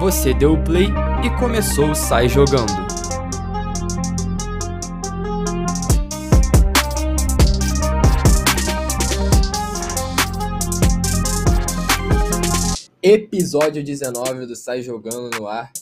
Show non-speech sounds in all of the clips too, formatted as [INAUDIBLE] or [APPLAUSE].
Você deu o play e começou o Sai Jogando. Episódio 19 do Sai Jogando no ar.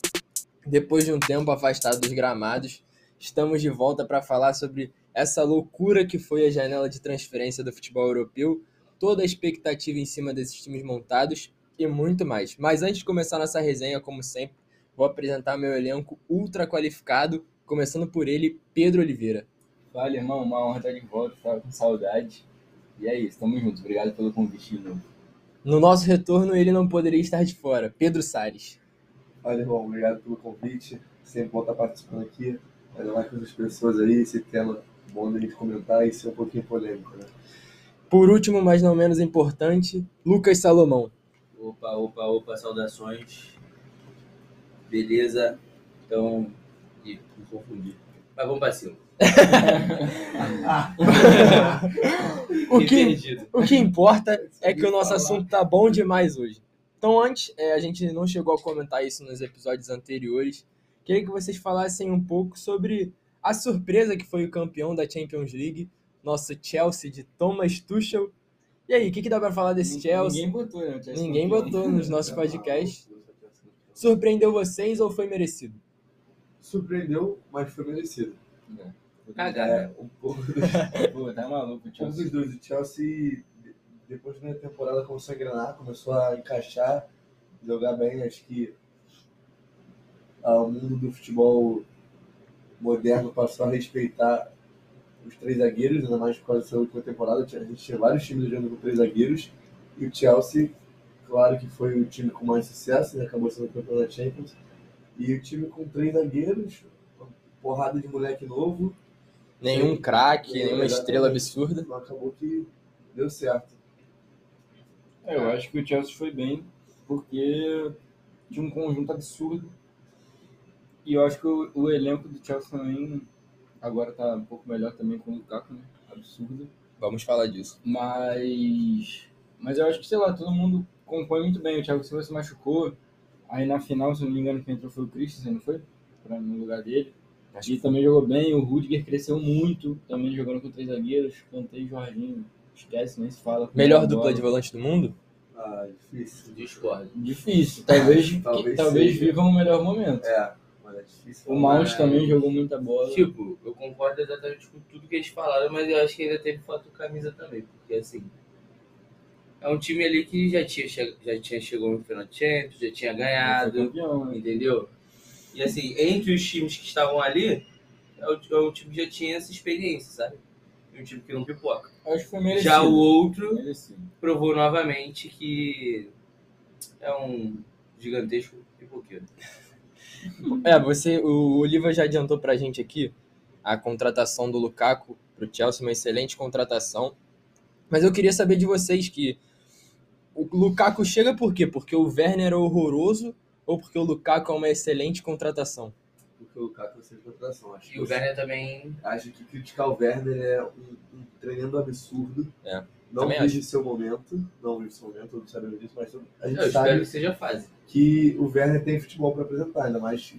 Depois de um tempo afastado dos gramados, estamos de volta para falar sobre essa loucura que foi a janela de transferência do futebol europeu, toda a expectativa em cima desses times montados e muito mais. Mas antes de começar nossa resenha, como sempre, vou apresentar meu elenco ultra qualificado, começando por ele, Pedro Oliveira. Fala, irmão, uma honra estar de volta, tava com saudade. E é isso, tamo junto. Obrigado pelo convite de novo. No nosso retorno, ele não poderia estar de fora, Pedro Salles. Olha, irmão, obrigado pelo convite. Sempre bom estar participando aqui. Ainda mais com as pessoas aí, esse tema bom da gente comentar e ser um pouquinho polêmico, né? Por último, mas não menos importante, Lucas Salomão. Opa, opa, opa, saudações. Beleza? Então. Ih, me confundi. Mas vamos pra cima. O Fiquei que, perdido. o que [LAUGHS] importa é que o nosso assunto tá bom demais hoje. Então, antes, é, a gente não chegou a comentar isso nos episódios anteriores. Queria que vocês falassem um pouco sobre a surpresa que foi o campeão da Champions League, nosso Chelsea de Thomas Tuchel. E aí, o que, que dá pra falar desse Chelsea? Ninguém botou, né? o Chelsea Ninguém campeão. botou nos Tá nossos podcasts. Surpreendeu vocês ou foi merecido? Surpreendeu, mas foi merecido. Cagada. um pouco do Pô, tá maluco, o Um Chelsea. dos dois, o Chelsea, de- depois da temporada, começou a engrenar, começou a encaixar, jogar bem. Acho que ah, o mundo do futebol moderno passou a respeitar os três zagueiros, ainda mais por causa dessa última temporada. tinha- A gente tinha vários times jogando com três zagueiros. E o Chelsea, claro que foi o time com mais sucesso, né? acabou sendo campeão da Champions. E o time com três zagueiros, uma porrada de moleque novo. Nenhum craque, Sim, nenhuma exatamente. estrela absurda. Mas acabou que deu certo. É, eu acho que o Chelsea foi bem, porque tinha um conjunto absurdo. E eu acho que o, o elenco do Chelsea também agora tá um pouco melhor também com o Lukaku, né? Absurdo. Vamos falar disso. Mas. Mas eu acho que, sei lá, todo mundo compõe muito bem. O Thiago Silva se machucou. Aí na final, se eu não me engano, quem entrou foi o Christensen, não foi? Pra, no lugar dele. Acho E também jogou bem. O Rudiger cresceu muito, também jogando com três zagueiros. Cantei Jorginho. Esquece, nem se fala. Melhor Bola. dupla de volante do mundo? Ah, difícil. Discordo. Difícil. Talvez, [LAUGHS] que- Talvez talvez, seja. viva um melhor momento. É, mas é difícil. O Mount É. também jogou muita bola. Tipo, eu concordo exatamente com tudo que eles falaram, mas eu acho que ainda teve fato camisa também, porque assim. É um time ali que já tinha, che- já tinha chegou no final de Champions, já tinha Foi ganhado, campeão, né? entendeu? E assim, entre os times que estavam ali, é o, é o time que já tinha essa experiência, sabe? É um time que não pipoca. Acho que foi merecido. Já o outro Merecido. provou novamente que é um gigantesco pipoqueiro. É, você, o Oliva já adiantou pra gente aqui a contratação do Lukaku pro Chelsea, uma excelente contratação. Mas eu queria saber de vocês que o Lukaku chega por quê? Porque o Werner é horroroso ou porque o Lukaku é uma excelente contratação? Porque o Lukaku sempre na atração. Acho, E o Werner também que- acho que criticar o Werner é um, um tremendo absurdo. É, Não também vive seu momento. Não vive seu momento, eu não sabia disso, mas a gente Eu espero sabe que seja fase. que o Werner tem futebol para apresentar, ainda mais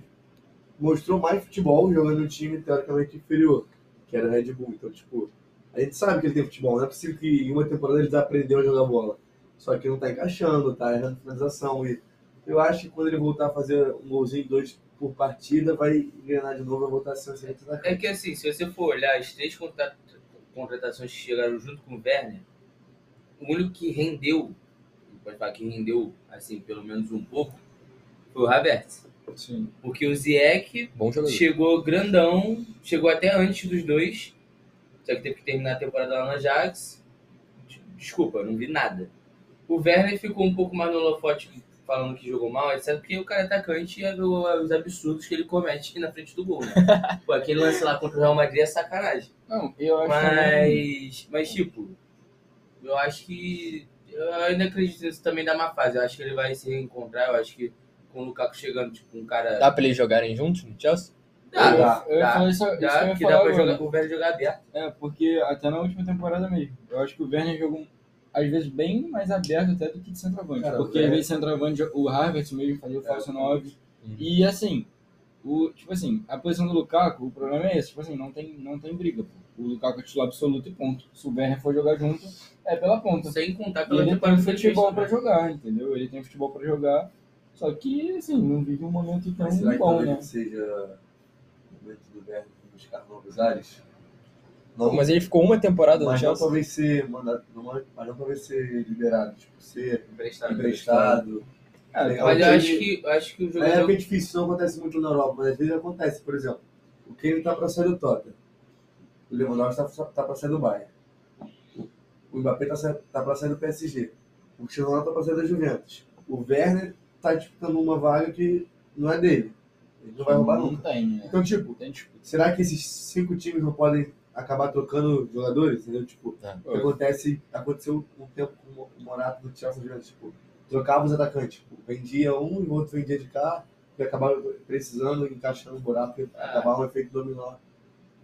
mostrou mais futebol jogando um time teoricamente inferior, que era o Red Bull. Então, tipo, a gente sabe que ele tem futebol, não é possível que em uma temporada ele aprendeu a jogar bola. Só que não tá encaixando, tá errando finalização. E eu acho que quando ele voltar a fazer um golzinho, dois por partida, vai engrenar de novo, vai voltar a ser um excelente atacante. É que assim, se você for olhar as três contra- contratações que chegaram junto com o Werner, o único que rendeu, pode falar que rendeu, assim, pelo menos um pouco, foi o Havertz. Sim. Porque o Zieck Bom jogador. chegou grandão, chegou até antes dos dois, só que teve que terminar a temporada lá no Ajax. Des- Desculpa, não vi nada. O Werner ficou um pouco mais no holofote falando que jogou mal, etc. Porque o cara é atacante e é do- é os absurdos que ele comete na frente do [LAUGHS] gol, né? Pô, aquele lance lá contra o Real Madrid é sacanagem. Não, eu acho que. Mas, mas tipo, eu acho que. Eu ainda acredito nisso também da má fase. Eu acho que ele vai se reencontrar. Eu acho que com o Lukaku chegando, tipo, um cara. Dá pra eles jogarem juntos no Chelsea? Eu, Ah, Dá, eu ia dá, falar isso, isso que eu dá, ia que falar dá pra agora. jogar, o velho jogar aberto. É, porque até na última temporada mesmo. Eu acho que o Werner jogou às vezes, bem mais aberto até do que de centroavante. Cara, porque é. às vezes centroavante, o Harvard mesmo fazia o falso 9. Uhum. E assim, o, tipo assim, a posição do Lukaku, o problema é esse, tipo assim, não tem, não tem briga. pô. O Lukaku é titular absoluto e ponto. Se o Werner for jogar junto, é pela ponta. Sem É contar E pela ele tem temporada que né? ele fez futebol pra também. jogar, entendeu? Ele tem futebol pra jogar, só que, assim, não vive um momento tão Mas será que bom, talvez né? não seja o momento do Werner buscar novos ares? Não, Bom, Mas ele ficou uma né, temporada no mas não Chelsea. talvez ser mandado, não, mas não talvez ser liberado, É, tipo, ser É, Emprestado. emprestado. Ah, Legal. Mas eu Ele- acho que, acho que o Na época jogador. é difícil, isso não acontece muito na Europa, mas às vezes acontece. Por exemplo, o Kane tá pra sair do Tottenham, o Lewandowski tá, tá pra sair do Bayern, o Mbappé tá, sa- tá pra sair do PSG, o Cristiano Ronaldo tá pra sair da Juventus, o Werner tá disputando uma vaga que não é dele, ele não vai roubar Uhum. não nunca. tem, né? Então, tipo, Não tem disputa. será que esses cinco times não podem acabar trocando jogadores? Entendeu? Tipo, É. o que acontece, aconteceu um tempo com o Mo- o Morato do Chelsea, né? tipo, trocava os atacantes, tipo, vendia um e o outro vendia de cá, e acabaram precisando, encaixando o buraco, e Ah. acabava um efeito dominó É-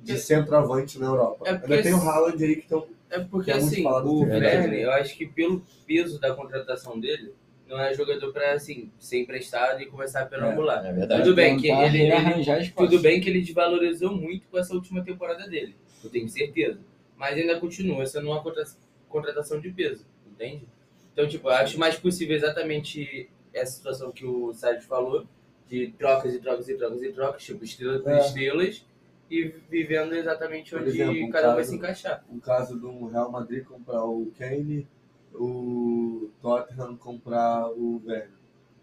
de centroavante na Europa. É porque Ainda tem o se- Haaland aí que estão... É porque é muito assim, falado o do Verdade. né? Werner, eu acho que pelo peso da contratação dele, não é jogador pra assim, ser emprestado e começar a perambular. É Tudo bem que Tentar ele- ele- rearranjar espaço. Tudo bem que ele desvalorizou muito com essa última temporada dele, eu tenho certeza. Mas ainda continua sendo uma contra- contratação de peso, entende? Então, tipo, eu acho mais possível exatamente essa situação que o Sérgio falou, de trocas e trocas e trocas e trocas, tipo, estrelas por É. estrelas, e vivendo exatamente Por onde exemplo, um cada um vai caso- se encaixar. O caso do Real Madrid comprar o Kane, o Tottenham comprar o Werner.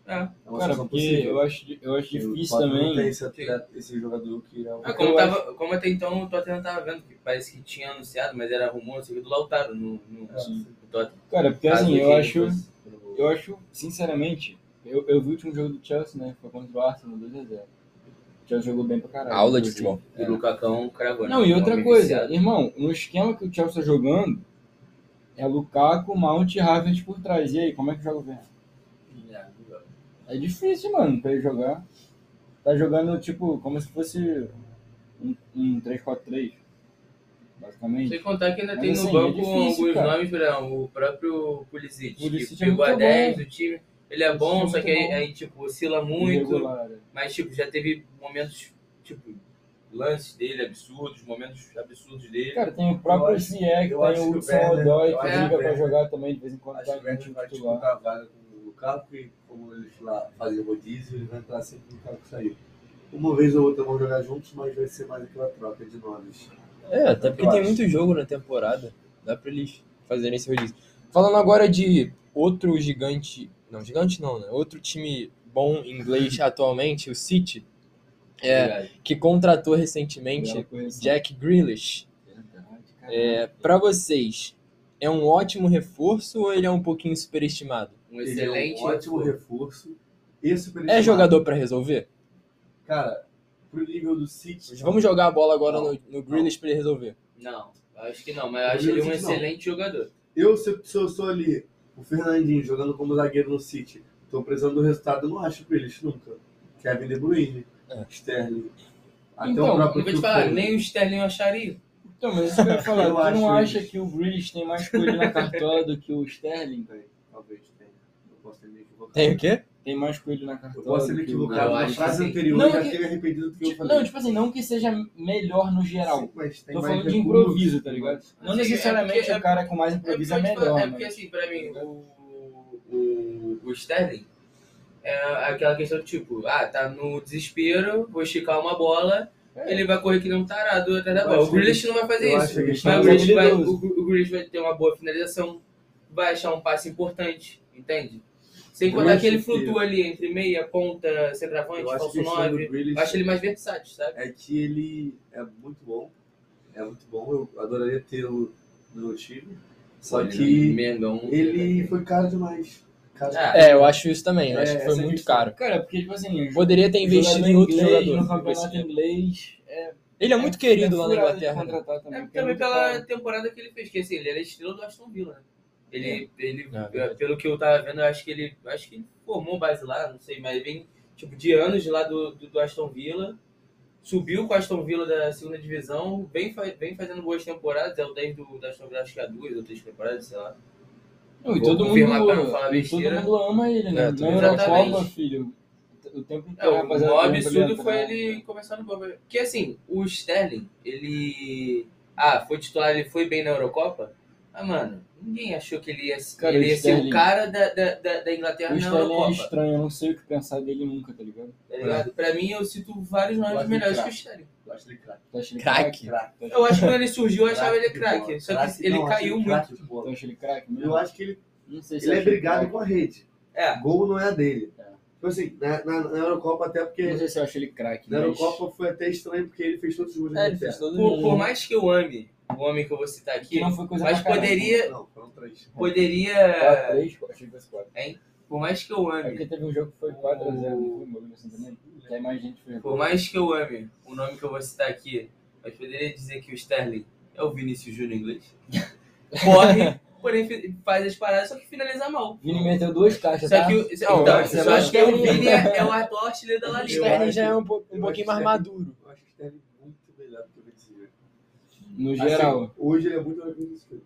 É. É uma Cara, situação porque eu acho, eu acho difícil O Tottenham também. Não tem esse, atleta- esse jogador que é o... Ah, como, Eu tava- como até então o Tottenham tava vendo, que parece que tinha anunciado, mas era rumor, não sei o que, do Lautaro no, no, Sim. no Tottenham. Cara, É. porque Caso assim, que eu ele acho, fosse- eu acho, sinceramente, eu, eu vi o último jogo do Chelsea, né? Foi contra o Arsenal 2x0. O Chelsea jogou bem pra caralho. Aula de Hoje. futebol. E o Lucacão cravou. né? Não, e outra Homem coisa, viciado. irmão, no esquema que o Chelsea tá jogando, é Lukaku, Mount e Havertz por trás. E aí, como é que joga o Werner? É difícil, mano, pra ele jogar. Tá jogando, tipo, como se fosse um, um 3-4-3, basicamente. Sem contar que ainda Mas tem no assim, é banco difícil, alguns cara. nomes, por exemplo, o próprio Pulisic, Pulisic que é pegou muito a 10 bom. do time. Ele é bom, Pulisic é só que aí, muito bom. aí, tipo, oscila muito. Irregular, é. Mas, tipo, já teve momentos, tipo, lances dele absurdos, momentos absurdos dele. Cara, tem o próprio Eu acho- Ziyech, tem eu acho o que o Hudson Werner- Odoi, eu que acho que o liga pra Werner- jogar também de vez em quando. Acho que Tá o Werner no vai titular. disputar a vaga com o Lukaku e como ele lá, fazia o rodízio, ele vai entrar sempre que o Lukaku sair. Uma vez ou outra vão jogar juntos, mas vai ser mais aquela troca de nomes. É, até porque Eu tem acho. muito jogo na temporada. Dá pra eles fazerem esse rodízio. Falando agora de outro gigante. Não, gigante não, né? Outro time bom inglês atualmente, o City, é, Obrigado. que contratou recentemente é Jack Grealish. né, É, pra vocês, é um ótimo reforço ou ele é um pouquinho superestimado? Um Ele excelente. é um ótimo reforço e superestimado. É jogador pra resolver? Cara, pro nível do City. Vamos jogar a bola agora Não, no, no Grealish pra ele resolver. Não, acho que não, mas eu acho Eu ele é um disse não. excelente jogador. Eu, se, se eu sou ali, o Fernandinho jogando como zagueiro no City, tô precisando do resultado, eu não acho pra eles nunca. Kevin De Bruyne, É. Sterling. Até Então, o Eu próprio. vou te falar, Truffaut. nem o Sterling eu acharia. Então, mas isso que [LAUGHS] eu ia falar, Eu tu não acho acha que o Grealish tem mais coelho na cartola do que o Sterling, velho? Talvez tenha. Eu posso ter me equivocado. Tem o quê? Tem mais coelho na Eu cartola posso ter do me que o- equivocado. Eu Na Então, acho frase que sim. anterior Não, eu já que- fiquei arrependido do que eu Tipo, falei. não, tipo assim, não que seja melhor no geral. Sim, mas tem Tô mais falando de recurso. improviso, tá ligado? Não Assim, é necessariamente porque- o cara com mais É porque, improviso eu é te falo- melhor, é né? mas- porque assim, pra mim, o, o, o Sterling é aquela questão de tipo, ah, tá no desespero, vou esticar uma bola, É. ele vai correr que nem um tarado atrás da Eu bola. O acho que- Grealish não vai fazer eu isso. acho que é a questão Mas o Mas Grealish ele vai, não usa. o, o Grealish vai ter uma boa finalização, vai achar um passe importante, entende? Sem Eu contar acho que ele que- flutua ali entre meia, ponta, Tipo, centroavante, Eu acho que falso a questão do 9. Grealish Eu acho ele mais versátil, sabe? é que ele é muito bom. É muito bom. Eu adoraria tê-lo no meu time. Só que Mengão. né, é ele foi caro demais. Caro Ah, É, eu acho isso também. Eu É, acho que essa foi é a muito questão. caro. Cara, porque, tipo assim, o Poderia ter investido em outro inglês, jogador. No campeonato inglês. É, Ele é muito querido lá na furado de Inglaterra. né? contratar também, É porque é também muito pela caro. temporada que ele fez, que assim, ele era estrela do Aston Villa, né? Ele, ele É, verdade. pelo que eu tava vendo, eu acho que ele eu acho que ele formou base lá, não sei, mas vem tipo de anos lá do, do, do Aston Villa. Subiu com o Aston Villa da segunda é divisão, vem, fa- vem fazendo boas temporadas, é o 10 do, do Aston Villa, acho que há duas ou três temporadas, sei lá. Não, e Vou todo mundo, confirmar pra não falar e todo besteira. mundo ama ele, né? É, todo Na mundo- Eurocopa, Exatamente. filho, o tempo É, inteiro. o rapaziada, um maior lembra ali absurdo atrás. foi ele começar no Boba. Porque assim, o Sterling, ele. Ah, foi titular, ele foi bem na Eurocopa? Ah, mano, ninguém achou que ele ia, Cara, ele o ia ser Sterling- o cara da, da, da, da Inglaterra O na Sterling é Eurocopa. estranho, eu não sei o que pensar dele nunca, tá ligado? Tá ligado? Pra mim, eu cito vários nomes Quase melhores que o craque. Sterling. Eu acho ele craque. Tu acha ele Craque. Craque. Tu acha- Eu acho que quando ele surgiu, eu achava ele de bola. craque. Só que Craque- ele não, acho caiu ele muito. craque de bola. Tu acha ele craque mesmo? Eu acho que ele, Não sei se ele é acho brigado craque. com a rede. É. Gol não é a dele. É. Tipo assim, na, na, na Eurocopa até Não porque... sei se eu acho ele craque, Na mas... Eurocopa foi até estranho porque ele fez todos os gols na É, ele fez Inglaterra. todo Por, mundo. por mais que eu ame o homem que eu vou citar aqui, Que não foi coisa mas pra caralho. né? poderia- mais- Não, foram Um três. Quatro, poderia. três, quatro, achei que fosse quatro. Por mais que eu É ame porque teve um jogo que foi 4x0, não foi um bagulho assim também? Que aí mais gente fez. Por mais que eu ame o nome que eu vou citar aqui, mas poderia dizer que o Sterling é o Vinícius Júnior inglês. Corre, porém fi- faz as paradas, só que finaliza mal. Vini meteu duas caixas, Só tá? que, o- então, Não, eu acho que o Sterling- Vini é, é o atual artilheiro da La O Liga. Sterling já é um, po- um Eu pouquinho acho mais que- maduro. Eu acho que ele é muito melhor do que o Vinicius. Ah, No geral. Assim, hoje ele é muito melhor que o Vinicius.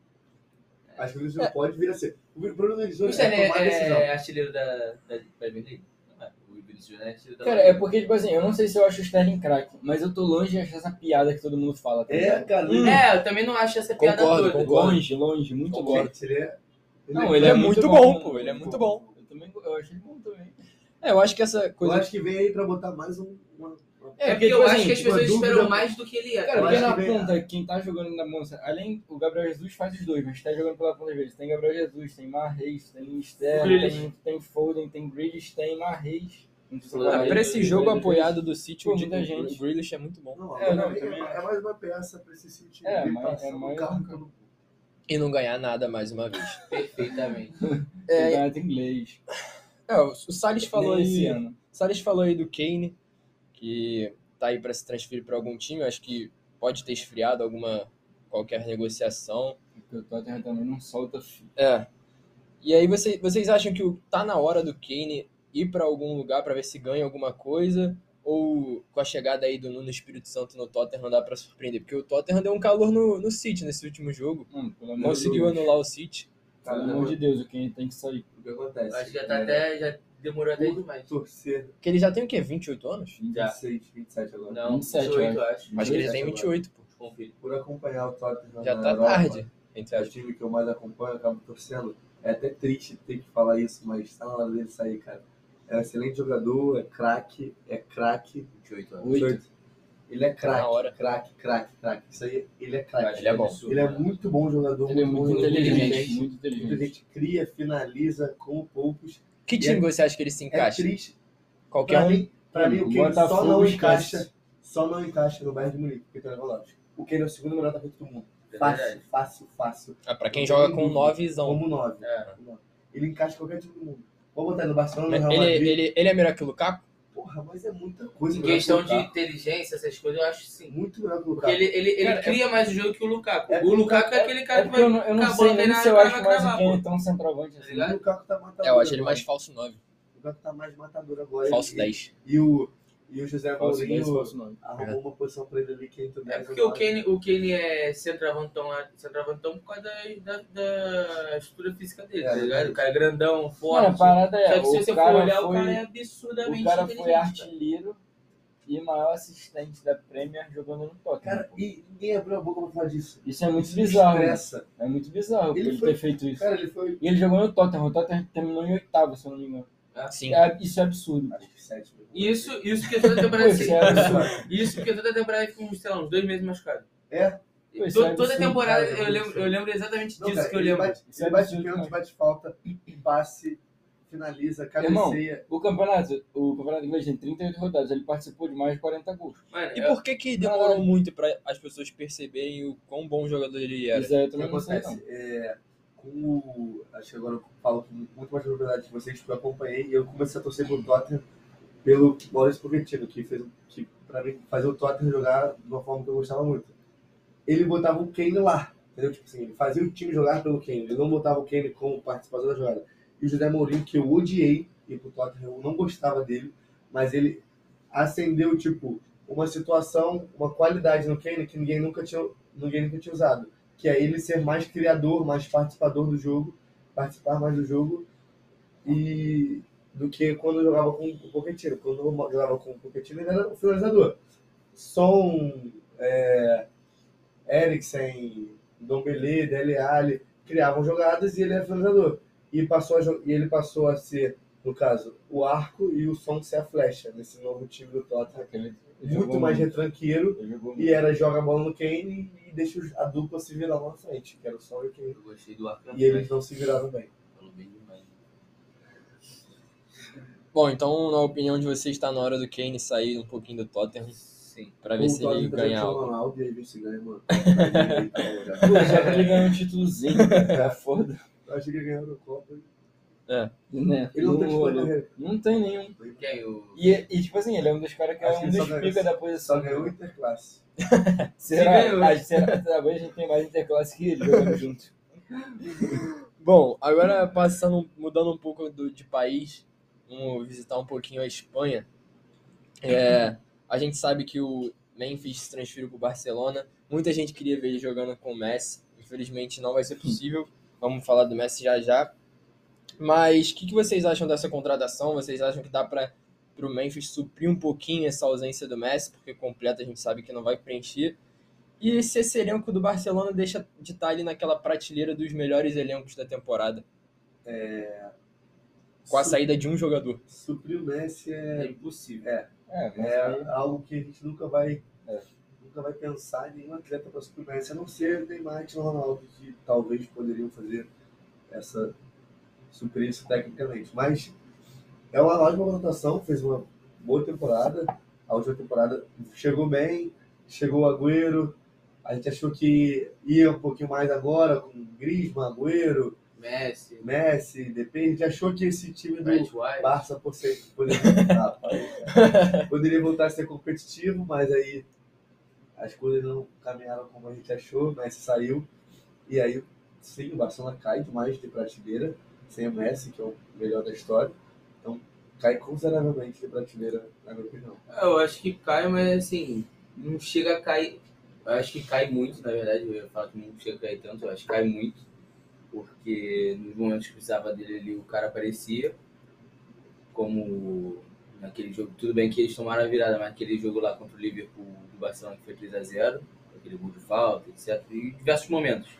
Acho que o Vinicius pode vir a ser. O problema do O Vinicius é Sterling tomar decisão. é, é artilheiro da, da Premier League? Não é. O Vinícius Júnior é artilheiro da La Cara, é Liga. porque, tipo assim, eu não sei se eu acho o Sterling craque, mas eu tô longe de achar essa piada que todo mundo fala. tá É, ligado? cara. É, eu também não acho essa piada Concordo, toda. concordo. Longe, longe, muito longe. Ele é... Não, ele é muito bom, pô, ele é muito bom. Eu também eu acho ele bom também. É, eu acho que essa Eu coisa. acho que vem aí pra botar mais um... Uma... uma- É, porque porque, eu tipo acho assim, que as uma pessoas dúvida- esperam mais do que ele é. Cara, Eu porque acho na que vem- ponta, quem tá jogando na moça, além o Gabriel Jesus faz os dois, mas tá jogando pela ponta vezes. Tem Gabriel Jesus, tem Marreis, tem Sterling, Grealish. tem, tem Foden, tem Grealish, tem Marreis. Não sei se eu Ah, falei. Pra esse jogo Grealish. apoiado do City, Pô, o de- muita gente. o Grealish é muito bom. Não, É, é, não, também é, mais uma peça pra esse sentido. É, Ele mas- passa é um mais carro um- pelo- E não ganhar nada mais uma vez. Perfeitamente. É, É, Campeonato inglês. é, o Salles falou Nem aí. ano. Salles falou aí do Kane, que tá aí pra se transferir pra algum time. Eu acho que pode ter esfriado alguma qualquer negociação. Porque o Tottenham também não solta filho. É. E aí você- vocês acham que o- tá na hora do Kane ir pra algum lugar pra ver se ganha alguma coisa? Ou com a chegada aí do Nuno Espírito Santo no Tottenham dá pra surpreender? Porque o Tottenham deu um calor no, no City nesse último jogo. Mano, pelo amor de Conseguiu Deus. anular o City. Pelo amor de Deus, o Kane tem que sair. O que acontece? É, Acho que já tá até. Já demorou até demais. Torcer Porque ele já tem o quê? 28 anos? 26, 27 agora. Não, 27, 28, eu eu acho. Acho que ele tem 28 28, pô. Confio. Por acompanhar o Tottenham Já né? na tá Europa, tarde, entre É o aspas. time que eu mais acompanho, eu acabo torcendo. É até triste ter que falar isso, mas tá na hora dele sair, cara. É um excelente jogador, é craque, é craque. 28 anos. Oito. Ele é Tá na hora. craque, craque, craque, craque. Isso aí, ele é craque. Ele é bom. Ele é muito bom jogador, Ele é muito bom jogador, inteligente. Muito Muita inteligente. gente cria, finaliza com poucos. Que time você acha que ele se É encaixa? triste. Qualquer Pra um? mim, pra mim, o Kane só Botafogo, não esquece. encaixa, só não encaixa no Bayern de Munique, porque tem o Lewandowski. O Kane é o segundo melhor atacante do mundo. É Fácil, verdade. fácil, fácil. Ah, pra quem joga com 9 Então- zão. Como nove. É. Ele encaixa em qualquer time do mundo. Vou botar ele no Barcelona, no Real Ele, Madrid. ele, ele é melhor que o Lukaku? Porra, mas é muita coisa. Em melhor questão que o de Lukaku. inteligência, essas coisas, eu acho sim. Muito melhor que o Porque Lukaku. ele, ele, ele Cara, é- cria mais o jogo que o Lukaku. É- o Lukaku é aquele cara É que porque vai. eu não, eu não acabou, sei não tem nem nada se eu pra acho mais o cravar, Kane tão centroavante assim. O Lukaku tá matador. É, eu acho ele agora. mais falso 9, O Lukaku tá mais matador agora. falso E- 10. E o, e o José Falso Mourinho dez, falso nove. arrumou uma posição pra ele ali que entra É mais porque o agora. Kane, o Kane é centroavantão, lá- centroavantão por causa da, da, da estrutura física dele, É, tá ligado? é. O cara é grandão, Mano, a forte. parada é. Só que se o você for cara olhar, o foi- cara é absurdamente O cara foi inteligente. artilheiro e maior assistente da Premier jogando no Tottenham. Cara, e ninguém abriu a boca pra falar disso. isso é muito Isso bizarro. né? Estressa. É muito bizarro Ele ele, foi- ter feito isso. Cara, ele foi. E ele jogou no Tottenham. O Tottenham terminou em oitavo, se eu não me engano. Sim. É- isso é absurdo. Acho que sétimo. Isso, isso porque toda temporada [LAUGHS] Pois é, assim, absurdo. Isso porque toda temporada fica uns, sei lá, uns dois meses machucado. É? Pô, isso To- é toda absurdo, temporada cara, eu é lembro, absurdo. eu lembro exatamente Não, disso cara, que eu ele lembro. bate, Isso é ele bate absurdo, pênalti, cara. bate falta, passe, finaliza, Irmão, cabeceia. O campeonato, o campeonato inglês tem 38 rodadas. Ele participou de mais de 40 gols. Mano, E eu- por que que demorou muito pra as pessoas perceberem o quão bom jogador ele era? Isso aí eu O que também não sei, não. acontece? É, com o, acho que agora eu falo com muito mais propriedade que vocês, porque eu acompanhei e eu comecei a torcer pro Tottenham pelo Boris Pochettino, que fez que pra mim fazia o Tottenham jogar de uma forma que eu gostava muito. Ele botava o Kane lá, entendeu? Tipo assim, ele fazia o time jogar pelo Kane, ele não botava o Kane como participação da jogada. E o José Mourinho, que eu odiei ir pro Tottenham, eu não gostava dele, mas ele acendeu, tipo, uma situação, uma qualidade no Kane que ninguém nunca tinha, ninguém nunca tinha usado que é ele ser mais criador, mais participador do jogo, participar mais do jogo e do que quando eu jogava com o Pochettino. Quando eu jogava com o Pochettino, ele era um finalizador. Son, é, Eriksen, Dombele, Dele Alli, criavam jogadas e ele era finalizador. E, passou a jo- e ele passou a ser, no caso, o arco e o Son ser a flecha, nesse novo time do Tottenham. Aquele, ele Muito jogou mais retranqueiro, Ele jogou e muito. era joga a bola no Kane e deixa os- a dupla se virar lá na frente, que era o Sol e o Kane. Eu gostei do Arkham. E eles não se viraram bem. Falou bem demais. Bom, então, na opinião de vocês, está na hora do Kane sair um pouquinho do Tottenham Sim. para ver O se ele Tottenham também ganha tinha o algo. Ronaldo, e aí vê se ganha, mano. [LAUGHS] Pô, só pra ele ganhar um títulozinho, cara, foda. Eu achei que ele ganhou no Copa. Né? Ele não tem Não, disputa correta. não tem nenhum. Quem? O... E, e, tipo assim, ele é um dos caras que Acho é que um ele só dos ganhou- pica da Só posição. ganhou o Interclasse. Será? Se ganhou. Ah, será que talvez a gente tem mais interclasse que [LAUGHS] ele jogando junto? Bom, agora passando, mudando um pouco do- de país, vamos visitar um pouquinho a Espanha. É, a gente sabe que o Memphis se transferiu para o Barcelona. Muita gente queria ver ele jogando com o Messi. Infelizmente não vai ser possível. Vamos falar do Messi já já. Mas o que, que vocês acham dessa contratação? Vocês acham que dá para o Memphis suprir um pouquinho essa ausência do Messi? Porque completa a gente sabe que não vai preencher. E se esse elenco do Barcelona deixa de estar ali naquela prateleira dos melhores elencos da temporada, com a Su- saída de um jogador. Suprir o Messi é, É impossível. É, mas é aí- algo que a gente nunca vai, É. nunca vai pensar em nenhum atleta para suprir o Messi, a não ser Neymar e Cristiano Ronaldo, que talvez poderiam fazer essa suprir isso tecnicamente. Mas é uma ótima contratação, fez uma boa temporada. A última temporada chegou bem, chegou o Agüero. A gente achou que ia um pouquinho mais agora com Griezmann, Agüero, Messi, Messi, DP. A gente achou que esse time do, Brett White. Barça por ser, poderia, ah, [LAUGHS] parei, cara. poderia voltar a ser competitivo, mas aí as coisas não caminharam como a gente achou, o Messi saiu. E aí, sim, o Barcelona cai demais de prateleira, sem o Messi, que é o melhor da história. Então, cai consideravelmente de prateleira, na minha opinião. É, Eu acho que cai, mas assim, não chega a cair. Eu acho que cai muito, na verdade. Eu ia falar que não chega a cair tanto, eu acho que cai muito. Porque nos momentos que precisava dele ali, o cara aparecia. Como naquele jogo. Tudo bem que eles tomaram a virada, mas aquele jogo lá contra o Liverpool do Barcelona que foi 3x0, aquele gol de falta, etc. E diversos momentos.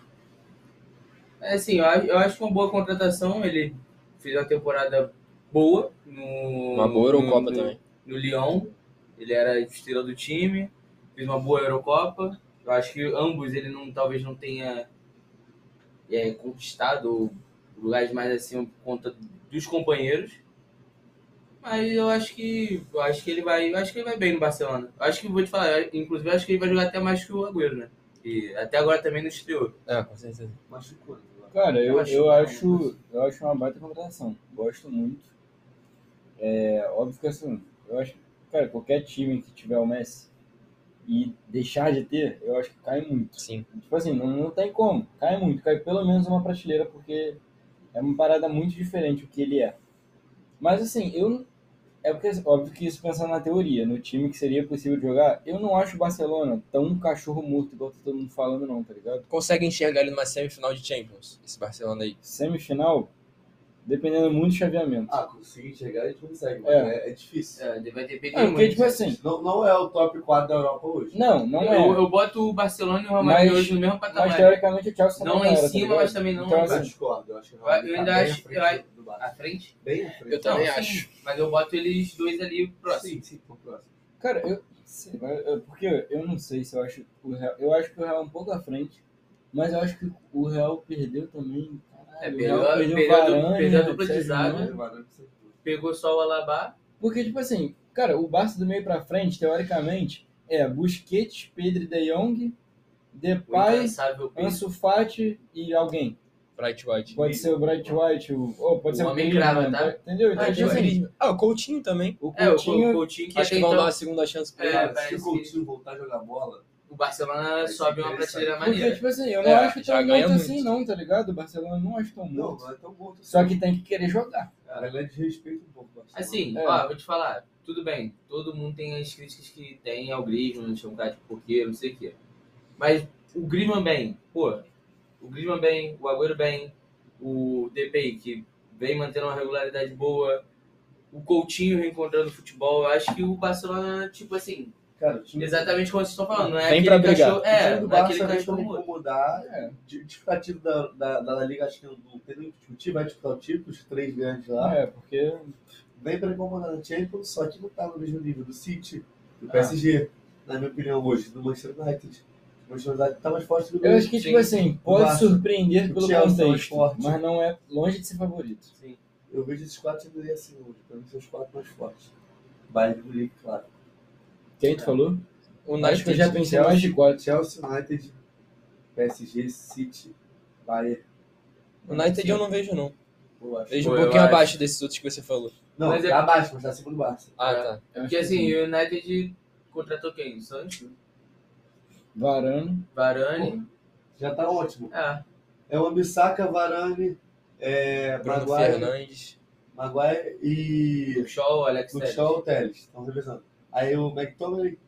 É assim, eu acho, eu acho que é uma boa contratação. Ele fez uma temporada boa. No, Uma boa Eurocopa no- também. no Lyon. Ele era estrela do time, fez uma boa Eurocopa. Eu acho que ambos ele não, talvez não tenha é, conquistado lugares mais assim por conta dos companheiros. Mas eu acho que eu acho que ele vai, eu acho que ele vai bem no Barcelona. Eu acho que vou te falar, eu- inclusive eu acho que ele vai jogar até mais que o Agüero, né? E até agora também não estreou. É, com certeza. Machucou, né? Cara, eu, Eu acho eu, que é uma acho, eu acho uma baita contratação. Gosto muito. É, óbvio que assim, eu acho. Cara, qualquer time que tiver o Messi e deixar de ter, eu acho que cai muito. Sim. Tipo assim, não, não tem como. Cai muito, cai pelo menos uma prateleira, porque é uma parada muito diferente o que ele é. Mas assim, eu. É porque, óbvio que isso pensando na teoria, no time que seria possível jogar, eu não acho o Barcelona tão cachorro morto igual tá todo mundo falando, não, tá ligado? Consegue enxergar ele numa semifinal de Champions, esse Barcelona aí. Semifinal, dependendo muito do chaveamento. Ah, conseguir chegar a gente consegue, mas É. é, é difícil. É, ele vai depender É, porque, muito. tipo assim, Não, não é o top 4 da Europa hoje. não, não eu, é. eu boto o Barcelona e o Real Madrid Mas- hoje no mesmo Mas patamar. né? teoricamente o Chelsea Não também lá em era, tá cima, ligado? mas também não é então, lá Eu assim, discordo, eu acho que o Eu Real Madrid ainda tá bem acho- à frente eu acho- do À Barça. frente? Bem à frente. Eu também Não, sim, Mas eu boto eles dois ali próximo. Sim, sim, pro próximo. Cara, eu, sei lá, eu- porque eu não sei se eu acho o Real, eu acho que o Real é um pouco à frente, mas eu acho que o Real perdeu também. Caralho, É, o perdeu- Real perdeu a du- Varane, perdeu a dupla de Sérgio zaga. né? Ramos. Pegou só o Alabá. Porque tipo assim, cara, o Barça do meio pra frente, teoricamente, é Busquets, Pedro e De Jong, O Depay, incansável Pedro. Ansu Fati e alguém. Bright White. Pode ser o Bright White, o, ou pode O ser o homem Griezmann, crava, tá? Entendeu? Então, Ah, tipo assim, Ah, o Coutinho também. o É, o Coutinho Coutinho, Coutinho que Acho até que vão dar então uma segunda chance pra ele. É, Cara, parece se o Coutinho voltar a jogar bola, o Barcelona Parece sobe uma interessante. prateleira Porque, maneira. tipo assim, eu não É, acho já tão ganha morto muito. assim, não, tá ligado? O Barcelona não acho tão não, morto. não é tão morto. Só que tem que querer jogar. Cara, ele é desrespeito um pouco. Barcelona. Assim, É. ó, vou te falar. Tudo bem, todo mundo tem as críticas que tem ao Griezmann, chama o cara de porqueiro, não sei o quê. Mas o Griezmann bem, pô. O Griezmann bem, o Agüero bem, o DPI, que vem mantendo uma regularidade boa, o Coutinho reencontrando o futebol. Eu acho que o Barcelona, tipo assim, Cara, o time, exatamente como vocês estão falando, não é Vem pra aquele brigar. cachorro. o É, time do não é Barça aquele vem pra cachorro morto. incomodar. É. Di- Disputativo da, da, da La Liga, acho que não não tem nem discutir, vai disputar o título, os três grandes lá. É, porque Vem pra incomodar no Champions, só que não tá no mesmo nível do City, Ah. do PSG, na minha opinião, hoje, do Manchester United. O Manchester United tá mais forte do que Eu acho que, tipo assim, pode Vasco. surpreender O pelo Chelsea é mais contexto, forte. mas não é longe de ser favorito. Eu vejo esses quatro times aí assim hoje. Pra mim são os quatro mais fortes. Bayern de Munique, claro. Quem tu falou? O acho que United eu já do pensei mais de quatro. Chelsea, United, PSG, City, Bayern. O United eu não vejo, não. Eu acho. Vejo Pô, um eu pouquinho acho. abaixo desses outros que você falou. Não, Mas é- tá abaixo, mas tá acima do Barça. Ah, É. tá. eu acho Porque que assim, o United contratou quem? O Sancho? Varano. Varane? Já tá ótimo. Ah, É o Ambissaca, Varane, é, Bruno né? Maguire, Fernandes. Maguire o e Shaw, o Alex Telles. Luchão Teles. Estão revezando. Aí o McTominay,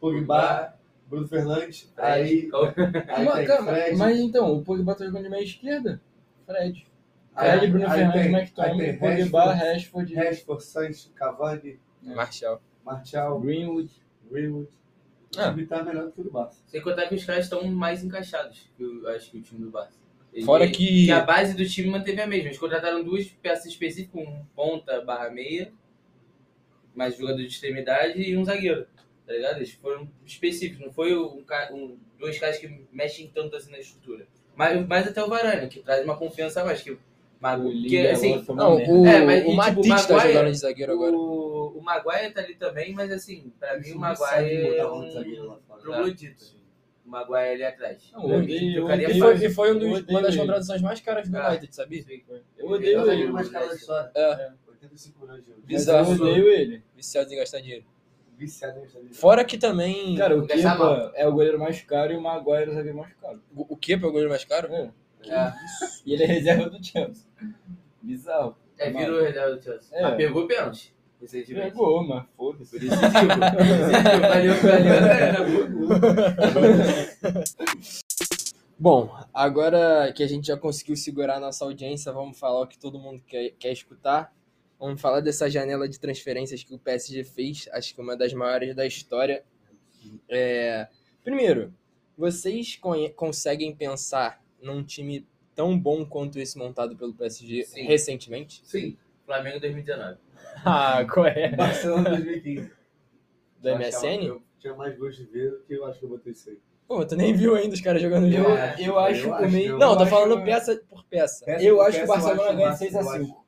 Pogba, Pogba, Bruno Fernandes, Fred. aí, aí Mas, tem cara, Fred, mas então, o Pogba tá jogando de meia esquerda? Fred. aí, Fred, Bruno Ah, aí Fernandes, tem- McTominay, aí tem Pogba, Rashford, Rashford, Rashford, Sancho, Cavani, Martial. Martial, Greenwood. Greenwood. Ah. O time tá melhor do que o do Barça. Sem contar que os caras estão mais encaixados que eu acho que o time do Barça. Ele- Fora que. E a base do time manteve a mesma. Eles contrataram duas peças específicas, um ponta barra meia, mais jogador de extremidade e um zagueiro. Tá ligado? Eles foram específicos, não foi um, ca- um, dois caras que mexem tanto assim na estrutura. Mas, mas até o Varane, que traz uma confiança a mais. Que, Mago, que, é assim, Não, o, É, mas, e, o tipo, Matix tá Maguire- jogando de zagueiro agora. o, o Maguire tá ali também, mas assim, pra mim Isso o não sabe Maguire é botar um zagueiro um lá fora. troglodita. O Maguire ali atrás. Não, eu odeio- eu Trocaria odeio- E fácil. foi, e foi um dos- Eu odeio uma das ele. contratações mais caras do Ah. United, sabia? Eu Ele é o odeio zagueiro ele. mais caro da história. É. 85 milhões de euros. Mas Bizarro. Eu odeio ele. Viciado em gastar dinheiro. Viciado em Estados Unidos. Fora que também. Cara, o Vou gastar Kepa é o goleiro mais caro e o Maguire é o zagueiro mais caro. o que é o goleiro mais caro? É. É, E ele é reserva do Chelsea. Bizarro. é, virou o reserva do Chelsea. É. Mas pegou pênalti, recentemente. Pegou, mas foda-se. Decisivo. Decisivo. Valeu, valeu a pena, pô. Bom, agora que a gente já conseguiu segurar a nossa audiência, vamos falar o que todo mundo quer, quer escutar. Vamos falar dessa janela de transferências que o PSG fez, acho que uma das maiores da história. É, Primeiro, vocês conhe- conseguem pensar num time tão bom quanto esse montado pelo PSG Sim. [LAUGHS] recentemente? Sim, Flamengo 2019. Ah, qual [LAUGHS] é? Barcelona 2015. Do Eu achava- MSN? Eu tinha mais gosto de ver do que eu acho que eu botei isso aí. Pô, tu nem viu ainda os caras jogando Eu, junto. acho, eu acho eu o meio. tá acho, É, Não, tô acho- falando peça por peça. Peça Eu por acho que peça, o eu Barcelona acho ganha massa, 6 a eu acho. 5.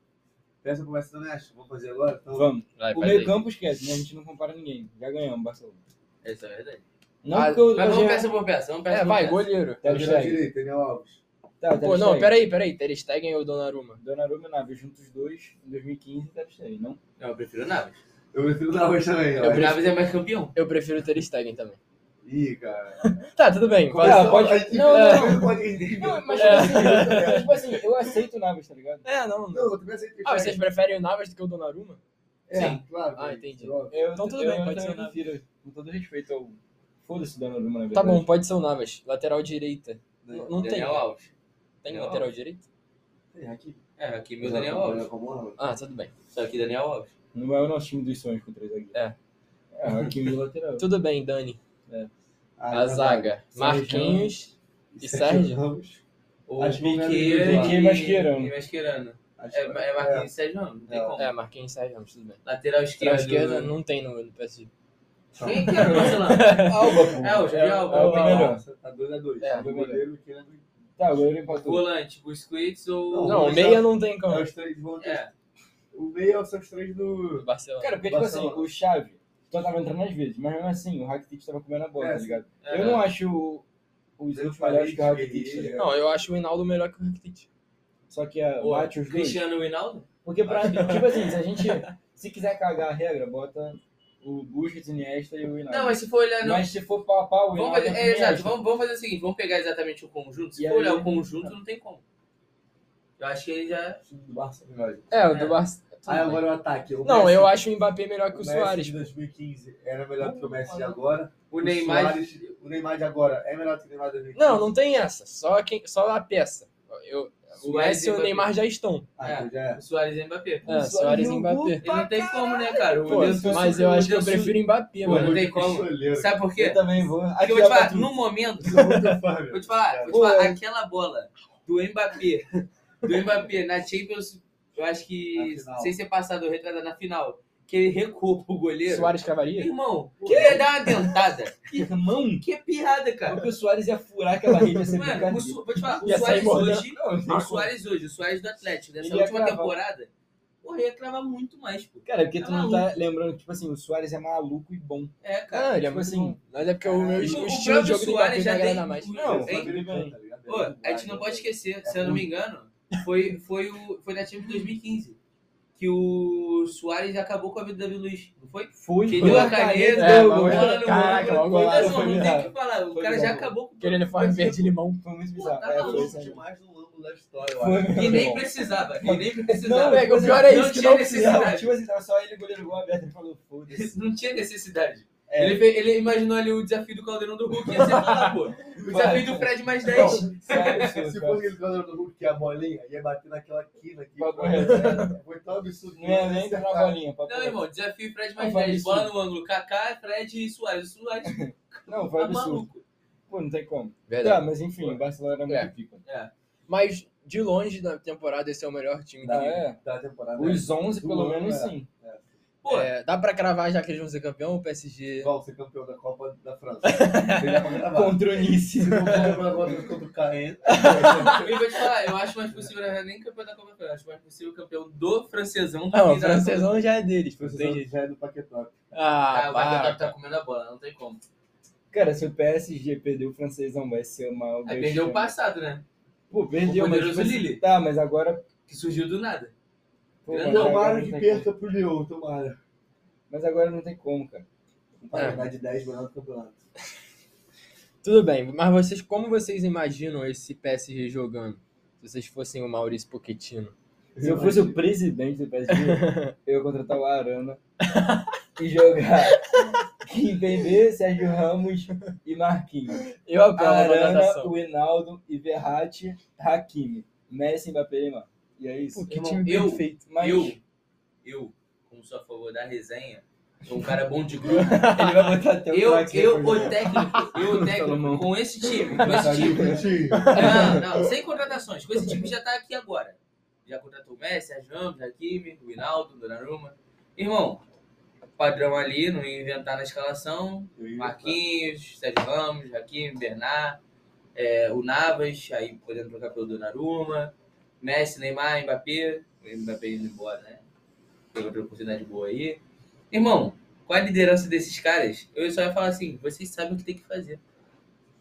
Peça por peça também acho. Vamos fazer agora? Então, Vamos. Vai, O faz meio aí. campo esquece, né? A gente não compara ninguém. Já ganhamos, Barcelona. Essa é a verdade. Não Ah, porque o. Mas vamos o- peça por peça, vamos peça É, por vai, peça. goleiro. Ter lateral Stegen. tá direito, Daniel Alves. Tá, Pô, não, peraí, peraí. Ter Stegen ou Donnarumma? Donnarumma e Naves juntos os dois em 2015 e Ter Stegen, não? Não, eu prefiro o Naves. Eu prefiro o Alves também, O ó. prefiro- Naves é mais campeão. Eu prefiro Ter Stegen também. Ih, cara. Tá, tudo bem. Qual é? Pode... pode- A gente- não, não, não. pode- Não, mas tipo assim, mas, tipo assim, [LAUGHS] eu aceito o Naves, tá ligado? É, não. Não, eu também aceito. Ah, vocês preferem o Navas do que o Donnarumma? É, Sim. claro. Ah, entendi. Óbvio. Eu, Então tudo eu bem, pode também ser o Naves. prefiro, Com todo respeito ao. Foda-se o Donnarumma, na Tá verdade. bom, pode ser o Navas. Lateral direita. N- Não tem. Daniel Alves. Tem Não. lateral direito? Tem, aqui. É, aqui meu Daniel Alves. Ah, tudo bem. Só que Daniel Alves. Não é o nosso time dos sonhos com três zagueiros. É. É, aqui o [LAUGHS] lateral. Tudo bem, Dani. Ah, A zaga. Marquinhos. E Sérgio? Ramos. Ou Acho que Piquet Piquet e Mascherano. E Mascherano. Acho É, que- é Marquinhos e Sérgio Ramos, não tem É. como. É, Marquinhos e Sérgio Ramos, tudo bem. Lateral Lateral esquerdo. esquerda não tem no, no PSG. Quem é que era o Barcelona? Alba, pô. É, o Jordi Alba. É o Tem melhor. Nossa, Tá 2x2. É, o goleiro que não Tá, o goleiro empatou. Volante, Busquets ou... Não, o mas meia não tem como. É os três vão É, O meio são os três do. Do Barcelona. Cara, porque, tipo assim, Barcelona. o Xavi só tava entrando às vezes, mas mesmo assim, o Rakitic tava comendo a bola, É, tá ligado? é. Eu não acho o- os Eu outros falei melhores que o Rakitic, tá que- ligado? não, eu acho o Hinaldo melhor que o Rakitic. Só que a, Pô, bate os dois. Cristiano Rinaldo? Porque, pra, tipo assim, se a gente [LAUGHS] se quiser cagar a regra, bota o Busquets, Iniesta e o Hinaldo. Não, mas se for olhar... Não, Mas se for pau a pau, o vamos Hinaldo... fazer, é é, exato, Iniesta. vamos, vamos fazer o seguinte, vamos pegar exatamente o conjunto. Se E for aí- tá. olhar o conjunto, não tem como. Eu acho que ele já... O time do Barça é melhor. É, o É. do Barcelona. Aí agora o ataque. O Não, Messi- eu acho o Mbappé melhor que o Messi Soares. de 2015 era melhor do que o Messi de agora. O Neymar... Suárez- o Neymar de agora é melhor do que o Neymar de 2015. Não, não tem essa. Só, quem, só a peça. Eu, O O Messi e o Mbappé. Neymar já estão. Ah, é. então já O Soares e Mbappé. É, Soares e Mbappé. Ele não tem como, né, cara? O Pô, Denilson- mas eu o acho que eu Denilson- prefiro Mbappé, Pô, mano. não tem como. [LAUGHS] Sabe por quê? Eu também vou. Aqui, é Porque eu vou te ó, falar, Patrick, no momento, vou Vou te falar, vou te Pô, é. falar, aquela bola do Mbappé, do Mbappé na Champions, eu acho que, Na final. sem ser passado, retrasado na final, que ele recuou pro goleiro. Soares cavaria? Irmão, que ele ia dar uma dentada. Irmão, Que piada, cara. porque o Soares ia furar aquela rede, ia ser Mano, o brincadeira. Su- vou te falar, o Ia sair Soares mordendo. hoje, o Soares hoje, o Soares do Atlético, nessa Ele ia última cravar. temporada, porra, ia cravar muito mais, pô. Cara, porque tu não tá lembrando, tipo assim, o Soares é maluco e bom. É, cara. Ah, ele é tipo muito assim, bom. Mas é porque o meu O- o o estilo de jogo próprio do Mbappé Soares me já tem... agrada mais. Não, hein? tá Pô, a gente não é pode esquecer, se eu não me engano, foi, foi, o, foi na Champions 2015. Que o Soares acabou com a vida do Davi Luiz, não foi? Foi, né? Que foi deu a uma caneta, É, deu mas- né? bola no caraca, ângulo. uma golaço, Não, foi não tem o bizarro. que falar, o Foi cara já bizarro. acabou com Aquele uniforme verde e limão. Foi muito Pô, bizarro. tá É, maluco foi isso aí. demais no ângulo da história, eu Foi. acho. E nem precisava, e nem Não, precisava. velho, O pior é Não isso, que tinha não necessidade. precisa. Não, tipo assim, tava só ele, o goleiro gol aberto, ele falou, foda-se. Não tinha necessidade. É. [LAUGHS] Ele, fe- ele imaginou ali o desafio do Caldeirão do Hulk e ia ser lá, [LAUGHS] pô. O desafio do Fred mais 10. [LAUGHS] Sério, seu É, Se cara. fosse aquele jogador do Hulk que é a bolinha ia bater naquela quina aqui. Papo pô, reto. é, Foi tão absurdo. né? tá Não é nem entrar na bolinha, papo Não, reto. irmão, desafio Fred mais Não, foi 10. Bola absurdo. no ângulo, Kaká, Fred e Soares. [LAUGHS] Soares Não, foi tá absurdo. maluco. Pô, não tem como. Tá, Verdade. mas enfim, o Barcelona era muito É. pica. É. Mas de longe na temporada esse é o melhor time Tá, da liga. é. Da temporada. né? Os 11, pelo Tudo, menos, é. sim. Pô, É, dá pra cravar já que eles vão ser campeão, o é. PSG. Vão ser campeão da Copa da [LAUGHS] França. Seria pra gravar. Contra o Nice. Se não for campeão da Copa contra o [LAUGHS] Caen, eu vou te falar, eu acho mais possível, na verdade, nem campeão da Copa, eu acho mais possível campeão do francesão do que Não, o da- francesão já é deles. não tem você jeito. já é do Paquetop. Ah, Ah, o Barcelona para. tá comendo a bola, não tem como. Cara, se o PSG perder o francesão, vai ser o maior Aí vexame. perdeu o passado, né? Pô, perdeu, O mas... poderoso tipo assim, Lille. Tá, mas agora... Que surgiu do nada. Pô, Não, mas é agora Tomara não que tem perca pro Lyon, tomara. como. Mas agora não tem como, cara. É. Vai ganhar de 10 melhor do [LAUGHS] campeonato. Tudo bem, mas vocês, como vocês imaginam esse PSG jogando? Se vocês fossem o Maurício Pochettino. Se eu fosse o presidente do PSG, eu ia contratar o Arana e jogar [LAUGHS] Kimpembe, Sérgio Ramos e Marquinhos. Eu apoio a Arana, É contratação. o Hinaldo, e Verratti, Hakimi, Messi, Mbappé e Neymar. E é isso. Pô, que Irmão, time bem eu- feito. Mas Eu, eu, como sou a favor da resenha, sou um cara bom de grupo. ele vai botar até o Eu, Draxler eu, pra o jogar. técnico, eu, o técnico, Salomão. com esse time, com esse time, Não, não, sem contratações. Com esse time que já tá aqui agora. Já contratou o Messi, a James, a Kimi, o Hinaldo, o Donnarumma. Irmão, padrão ali, não ia inventar na escalação. Marquinhos, Sérgio Ramos, Hakimi, Bernard, é, o Navas, aí podendo trocar pelo Donnarumma. Messi, Neymar, Mbappé. O Mbappé indo embora, né? Teve outra oportunidade boa aí. Irmão, com a liderança desses caras, eu só ia falar assim, vocês sabem o que tem que fazer.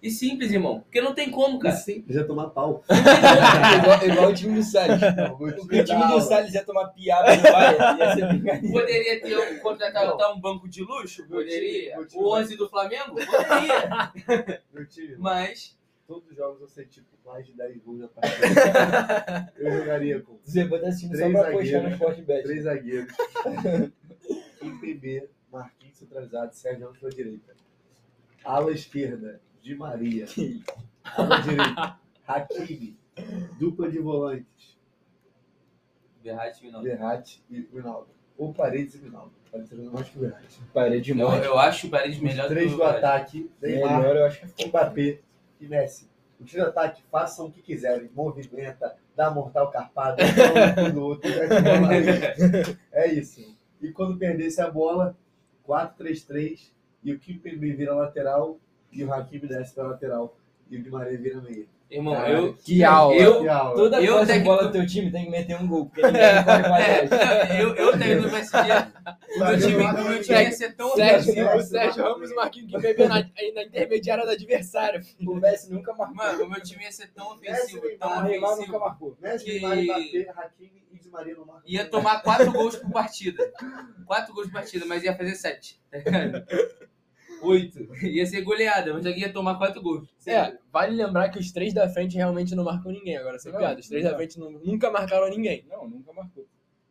E simples, irmão. Porque não tem como, cara. Sim, já tomar [LAUGHS] pau. É igual, igual o time do Salles. [LAUGHS] É, O time do Salles ia tomar piada do Bahia, ia ser brincadeira. Poderia ter um, contratar Não. tá um banco de luxo? Meu time, Poderia. meu time. O 11 do Flamengo? Poderia. [LAUGHS] Meu time, Mas, todos os jogos eu sei, tipo, mais de 10 gols na [LAUGHS] partida. Eu jogaria com Você vai estar assistindo só Três pra postar zagueiros. no Sportbet. três zagueiros. MPB, Marquinhos centralizado, Sérgio Ramos pela direita. Ala esquerda, Di Maria. Ala direita, Hakimi. Dupla de volantes, Verratti não. Verratti e Rinaldo. Ou Paredes e Rinaldo. Paredes jogando mais que o Verratti. Parede Eu, morte. eu acho o Paris melhor Os três que o do ataque, Neymar, Melhor, eu acho que Mbappé e Messi. O time de ataque, façam o que quiserem. Movimenta, dá mortal carpada, dá um no outro. mete bola aí. É isso. E quando perdesse a bola, 4-3-3, e o Kimpembe vira lateral, e o Hakimi desce pra lateral, e o Guimarães vira meia. Irmão, Caralho, eu... Que aula. Eu- Que aula. Toda Eu vez que técnico- bola do teu time tem que meter um gol, porque ninguém corre pra É, trás. não, eu, eu tenho no PSG. O meu Valeu, time, o valeu, meu time ia Jack. ser tão... Sérgio, Nossa, o Sérgio nossa. Ramos e o Marquinhos que bebeu na, aí na intermediária do adversário. O Messi nunca marcou. Mano, o meu time ia ser tão ofensivo, O tão Neymar nunca ofensivo. marcou. Messi, que- Neymar, Mbappé, Hakimi e Di Maria no marco. Ia tomar quatro gols por partida. Quatro gols por partida, mas ia fazer sete. tá ligado? Oito. Ia ser goleada, mas alguém ia tomar quatro gols. É, vale lembrar que os três da frente realmente não marcam ninguém agora, sem Não, piada. Os três não. da frente nu- nunca marcaram ninguém. Não, nunca marcou.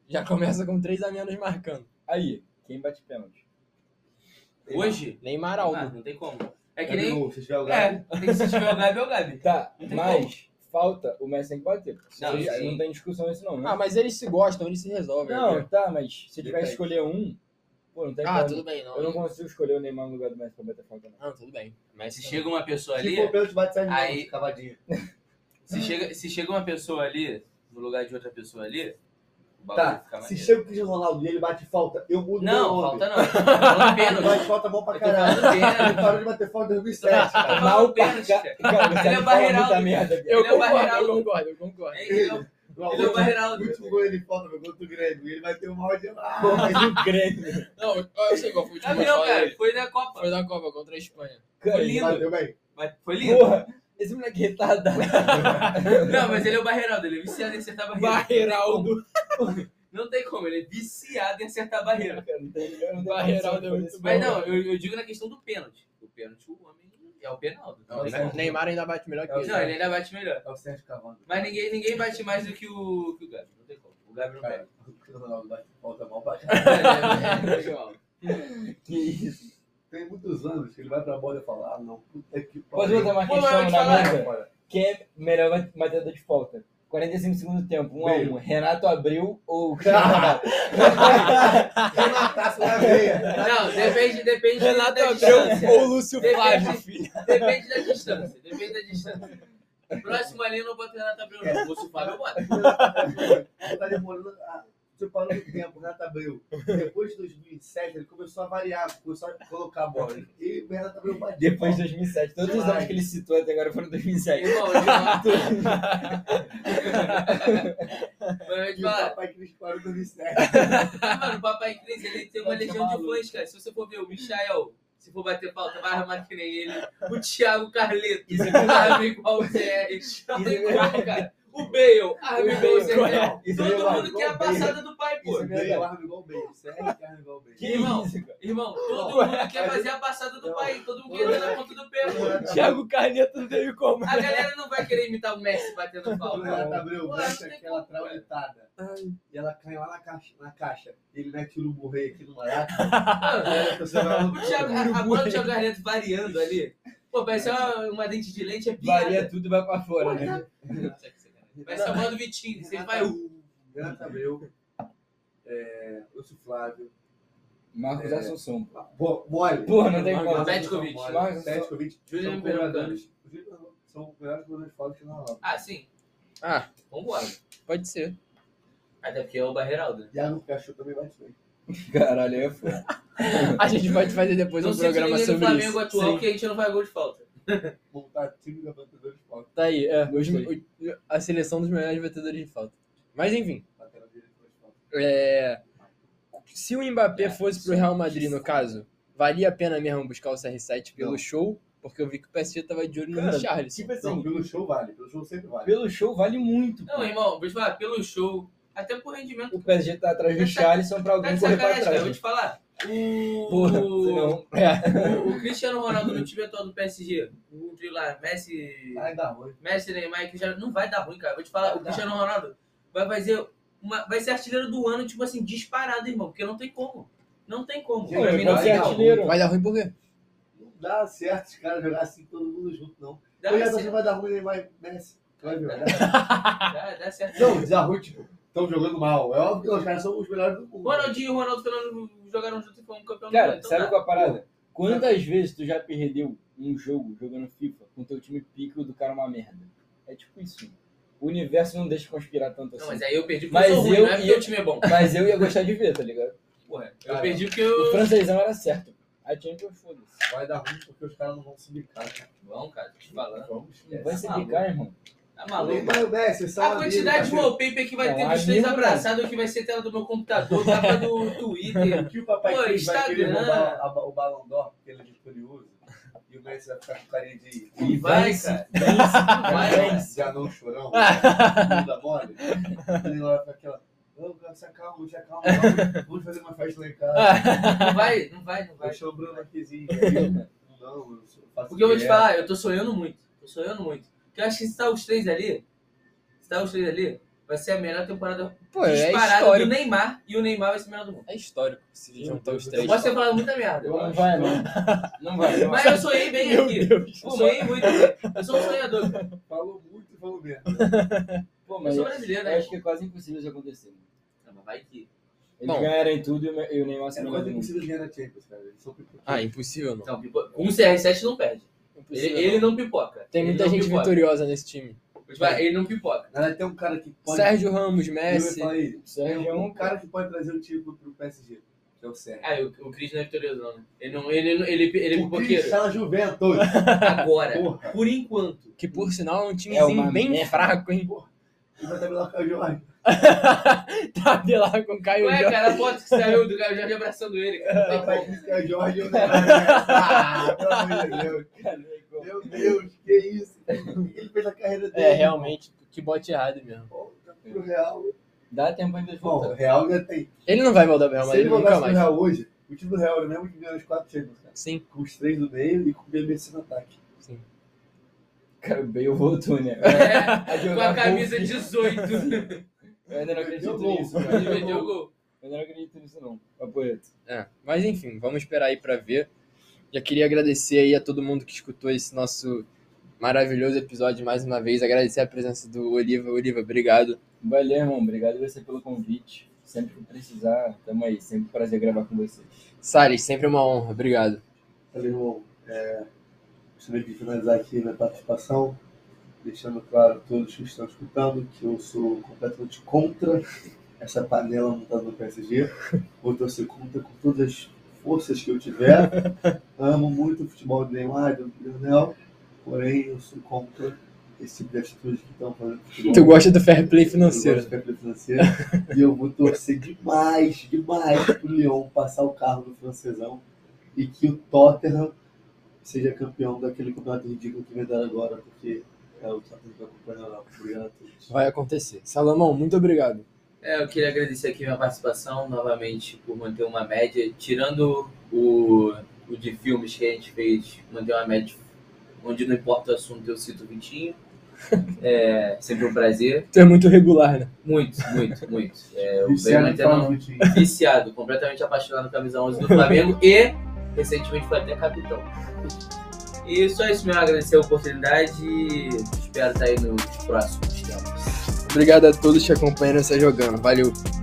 Já [LAUGHS] começa com três a menos marcando. Aí, quem bate pênalti? Hoje, Neymar ah, Aldo. Tá não tem como. É que nem... Gabigol, se tiver o É, tem que se tiver o Gabi, é o Gabi. Tá, Não tem mas falta, o Messi tem que bater. Não, Não, sim. não tem discussão isso não, né? Ah, mas eles se gostam, eles se resolvem. É, não, tá, mas se eu tiver Depende. que escolher um, pô, não tem Ah, como. tudo bem, não. Eu não consigo escolher o Neymar no lugar do Messi pra bater falta, não. Ah, tudo bem. Mas Se chega uma pessoa Se ali, for pênalti, bate sai Aí- aí... cavadinha. se chega, se chega uma pessoa ali, no lugar de outra pessoa ali, o bagulho Tá, se fica maneiro. chega um o Cristiano Ronaldo e ele bate falta, eu mudo Não, meu nome. falta não. Tô falando Ele pênalti. bate falta é bom pra Eu tô falando caralho. Ele pênalti. parou de bater falta em 2007, Tô cara. falando pênalti, cara. Cara, você Ele é fala Barreiraldo. muita merda, cara. Eu Ele é o concordo, eu Barreiraldo. concordo, eu concordo. Ele é o- ele é o O Barreiraldo. último gol ele falta, foi contra o Grêmio. Ele vai ter um mal de ah, Pô, mas o Grêmio. Não, eu sei qual foi o último Gabriel, gol cara, dele. foi na Copa. Foi da Copa contra a Espanha. Cara, Tá lindo. Bateu bem. Mas Foi lindo. porra, esse moleque é retardado. Não, mas ele é o Barreiraldo. Ele é viciado em acertar barreira. Barreiraldo. Não tem como, ele é viciado em acertar barreira. Cara, não tem- não tem Barreiraldo é condição de muito fazer Mas isso, não, eu, eu digo na questão do pênalti. O pênalti, o homem é o Penaldo. Não, ele, O Neymar ainda bate melhor que ele. não, ele ainda bate melhor. É o Sérgio Cavando. Mas ninguém, ninguém bate mais do que o, que o Gabi. Não tem como. O Gabi não pega. Cara, o Cristiano Ronaldo bate falta mal pra É, caralho. é, é, é, igual. Que isso. [LAUGHS] Tem muitos anos que ele vai pra bola e fala, ah, não, puta que Posso botar uma Pô, mas eu questão te na falar, mesa? Quem é melhor bate- batedor de falta? 45 segundos do tempo, 1 a Meio. 1 Renato Abreu [LAUGHS] ou Cristiano Ronaldo? Mataço na veia. Não, depende, depende da distância. Ou o Lúcio Depende- Flávio, filho. Depende da distância. Depende da distância. Próximo ali eu não boto É, o Renato Abreu, não. Vou supar, eu boto. Tá demorando. a- Separou o tempo, Renato Abreu. Depois de 2007, ele começou a variar, começou a colocar a bola. E o Renato Abreu bateu. Depois de 2007. Todos os Demais. anos que ele citou até agora foram 2007. Irmão, eu te falo. Mas eu te E o falar, papai Cris parou em 2007. Mano, o Papai Cris, ele tem uma Tá legião de maluco. fãs, cara. Se você for ver o Michael, se for bater falta, vai armar que nem ele. O Thiago Carleto, arma igual o CR. Tem como, cara. O Bale, arma igual o CR. Isso é Todo verdade. mundo quer a passada do pai, pô. Isso é o arma igual o Bale. Sério que arma igual o Bale. Que Irmão. isso, cara? Irmão, todo mundo quer fazer a passada do pai. Todo mundo quer dar na ponta do pé, pô. Thiago Carneto não teve como. A galera não vai querer imitar o Messi batendo Quando falta. ela tá abriu Ué, não bate tem aquela como, cara. trauletada. E ela cai lá na caixa, na caixa. Ele mete o burrei aqui no maraca. Mano, Aí a pessoa vai lá no o Thiago, a, a bola do Thiago Carleto variando ali. Pô, parece uma, uma dente de lente, é piada. É. Varia tudo e vai pra fora, né? tá- Vai chamar do Vitinho, você vai o. Renato Abreu. É, Lúcio Flávio. Marcos É. Assunção. pô. Bo- Mole. Porra, não tem Mole, como. Petkovic. Mole, Mas- Petkovic. Júlio São Ribeiro cobradores. Os Júlio- São melhores cobradores de falta que na Lava. Ah, sim. Ah, Vambora. pode ser. Até porque é o Barreiraldo. né? Iago Pikachu também bate bem. Caralho, aí é foda. A gente pode fazer depois não um sei se programa ninguém do sobre Flamengo isso. atual Sim. que a gente não vai gol de falta. Montar time de batedores de falta. Tá aí, é, os- Gostei. o- a seleção dos melhores batedores de falta. Mas enfim, Lateral direito de falta. é, se o Mbappé fosse pro Real Madrid, no caso, valia a pena mesmo buscar o CR7 pelo Não. show? Porque eu vi que o PSG tava de olho no Cara, Richarlison. Tipo Não, assim, pelo show vale. Pelo show sempre vale. pelo show vale muito. pô. Não, é. irmão, vou te falar, pelo show, até por rendimento. O PSG tá atrás do Charleston pra Tá alguém de correr pra sacanagem, cara, eu tipo, vou trás. né? te falar. O, Porra, o, senão. o Cristiano Ronaldo no time atual do PSG, o trio lá, Messi, Ah, Ai, dá ruim. Messi, Neymar e Cristiano, não vai dar ruim, cara. Vou te falar, o Cristiano Ronaldo vai fazer uma, vai ser artilheiro do ano, tipo assim, disparado, irmão, porque não tem como. Não tem como. Gente, Pra mim, vai não Pode ser tem dar como. artilheiro. Vai dar ruim por quê? Não dá certo os caras jogar assim todo mundo junto, não. Dá eu já certo. acho que vai dar ruim Neymar e Messi. Vai ver. né? Dá, dá certo. Não, dá ruim, tipo, estão jogando mal. É óbvio que os caras são os melhores do mundo. Ronaldinho e o Ronaldo Fernando jogaram junto e foram campeão Cara, do mundo. sabe então dá. qual é a parada? Quantas vezes tu já perdeu um jogo jogando FIFA com teu time pico do cara uma merda? É tipo isso. mano. O universo não deixa conspirar tanto assim. Não, mas aí eu perdi porque Mas eu sou ruim, eu não é porque ia- o time é bom. Mas eu ia gostar de ver, tá ligado? Porra, eu Cara, perdi porque O [LAUGHS] eu... francesão era certo. A Champions, foda-se. Vai dar ruim porque os caras não vão se bicar. cara. Bom, cara, tô te falando. Vamos Não esquece. vai se picar, irmão. Tá O maluco. Neymar e o Messi Tá são A quantidade amigos, de wallpaper que vai tá Não, ter dos três amigo, abraçados que vai ser tela do meu computador, capa do Twitter. [LAUGHS] O que o papai Pô, Cris vai querer Instagram. roubar a- o Balão d'Or porque ele é de curioso. E o Messi vai ficar com carinha de. Não vai, se- cara. vai se- Não vai, Vai, cara. já não chorão. Bunda mole. Ele olha pra aquela. Ô, cara, se acalma, se acalma. vamos- Vamos fazer uma festa lá em casa. Não vai, não vai, não vai. Deixa o Bruno aquezinho. viu? Não, eu sou- faço Porque eu vou te direto. falar, eu tô sonhando muito. Tô sonhando muito. Porque eu acho que se tá os três ali, se tá os três ali, vai ser a melhor temporada Pô, é disparada do histórico. Neymar e o Neymar vai ser o melhor do mundo. É histórico se juntar os Eu três. posso ter falado muita merda. Eu Não acho vai, que- não. Não vai, não vai. Mas eu sonhei bem aqui. Deus. Eu sonhei muito. Eu sou um sonhador. Falou muito. falou merda. Pô, Eu mas sou eu, brasileiro, eu né? acho que é quase impossível de acontecer. mano. Não, mas vai que. Eles Bom. ganharam em tudo e o Ne- e o Neymar se É melhor quase do mundo. impossível ganhar na Champions, cara. Eles são pipoca. Ah, impossível não. Não, pipo- um com o CR7 não perde. Ele, Impossível, ele não. não pipoca. Tem Ele muita não gente pipoca. vitoriosa nesse time. Mas vai, Ele não pipoca. Na verdade, tem um cara que pode. Sérgio Ramos, Eu ia Messi. falar aí. Sérgio Tem é um um cara que pode trazer o título pro PSG, que é o Sérgio. Ah, o, o Cris não é vitorioso, não. né? Ele, não, ele, ele, ele, ele é o Cris pipoqueiro. É. está na Juventus. Agora, Porra. por enquanto. Que por sinal é um timezinho uma bem merda. fraco, hein? [LAUGHS] Ele vai tabelar com a Jorge. Tabelar Tá com o Caio Ué, Jorge. cara, a foto que saiu do Caio Jorge abraçando ele, cara. Meu Não tem pai como. disse que é Jorge. Eu não ah, pelo amor de Deus. Meu Deus, que é isso? Ele fez a carreira dele. É, realmente, que bote errado mesmo. Volta pro Real. Dá tempo ainda de Bom, é. o voltar. Real já tem. Ele não vai voltar pro Real Se ele Madrid nunca voltasse pro mais. Real hoje, o time do Real era o mesmo que ganhou as quatro Champions, cara. Sim, Com os três do meio e com o BBC no ataque. sim. Cara, o Bale voltou, né? [LAUGHS] É, A com jogar a camisa golfe. 18. [LAUGHS] Eu ainda não acredito Meteu gol. nisso, cara. Ele meteu o gol. Eu ainda não acredito nisso, não. Apoeto. É, mas enfim, vamos esperar aí pra ver. Já queria agradecer aí a todo mundo que escutou esse nosso maravilhoso episódio mais uma vez. Agradecer a presença do Oliva. Oliva, obrigado. Valeu, irmão. Obrigado você pelo convite. Sempre que precisar, tamo aí. Sempre um prazer gravar com vocês. Salles, sempre uma honra. Obrigado. Valeu, irmão. É, gostaria de finalizar aqui minha participação, deixando claro a todos que estão escutando que eu sou completamente contra essa panela montada no PSG. Vou torcer contra com todas as forças que eu tiver. Amo muito o futebol do Neymar, do Lionel, porém eu sou contra esse tipo de atitude que estão fazendo no futebol. Tu gosta do fair play Eu financeiro. gosto de fair play financeiro. e eu vou torcer demais, demais pro Lyon passar o carro no francesão e que o Tottenham seja campeão daquele campeonato ridículo que inventaram agora, porque é o Tottenham vai acompanhar lá. Obrigado a todos. Vai acontecer. Salomão, muito obrigado. É, eu queria agradecer aqui minha participação novamente por manter uma média, tirando o, o de filmes que a gente fez, manter uma média onde não importa o assunto, eu cito o [LAUGHS] Vitinho. É sempre um prazer. Tu é muito regular, né? Muito, muito, muito. É, eu venho Viciado em falar mantendo do time. viciado, completamente apaixonado pela camisa 11 do Flamengo e recentemente foi até capitão. E só isso mesmo, agradecer a oportunidade e espero estar aí nos próximos tá tempos. Obrigado a todos que acompanharam essa jogando. Valeu.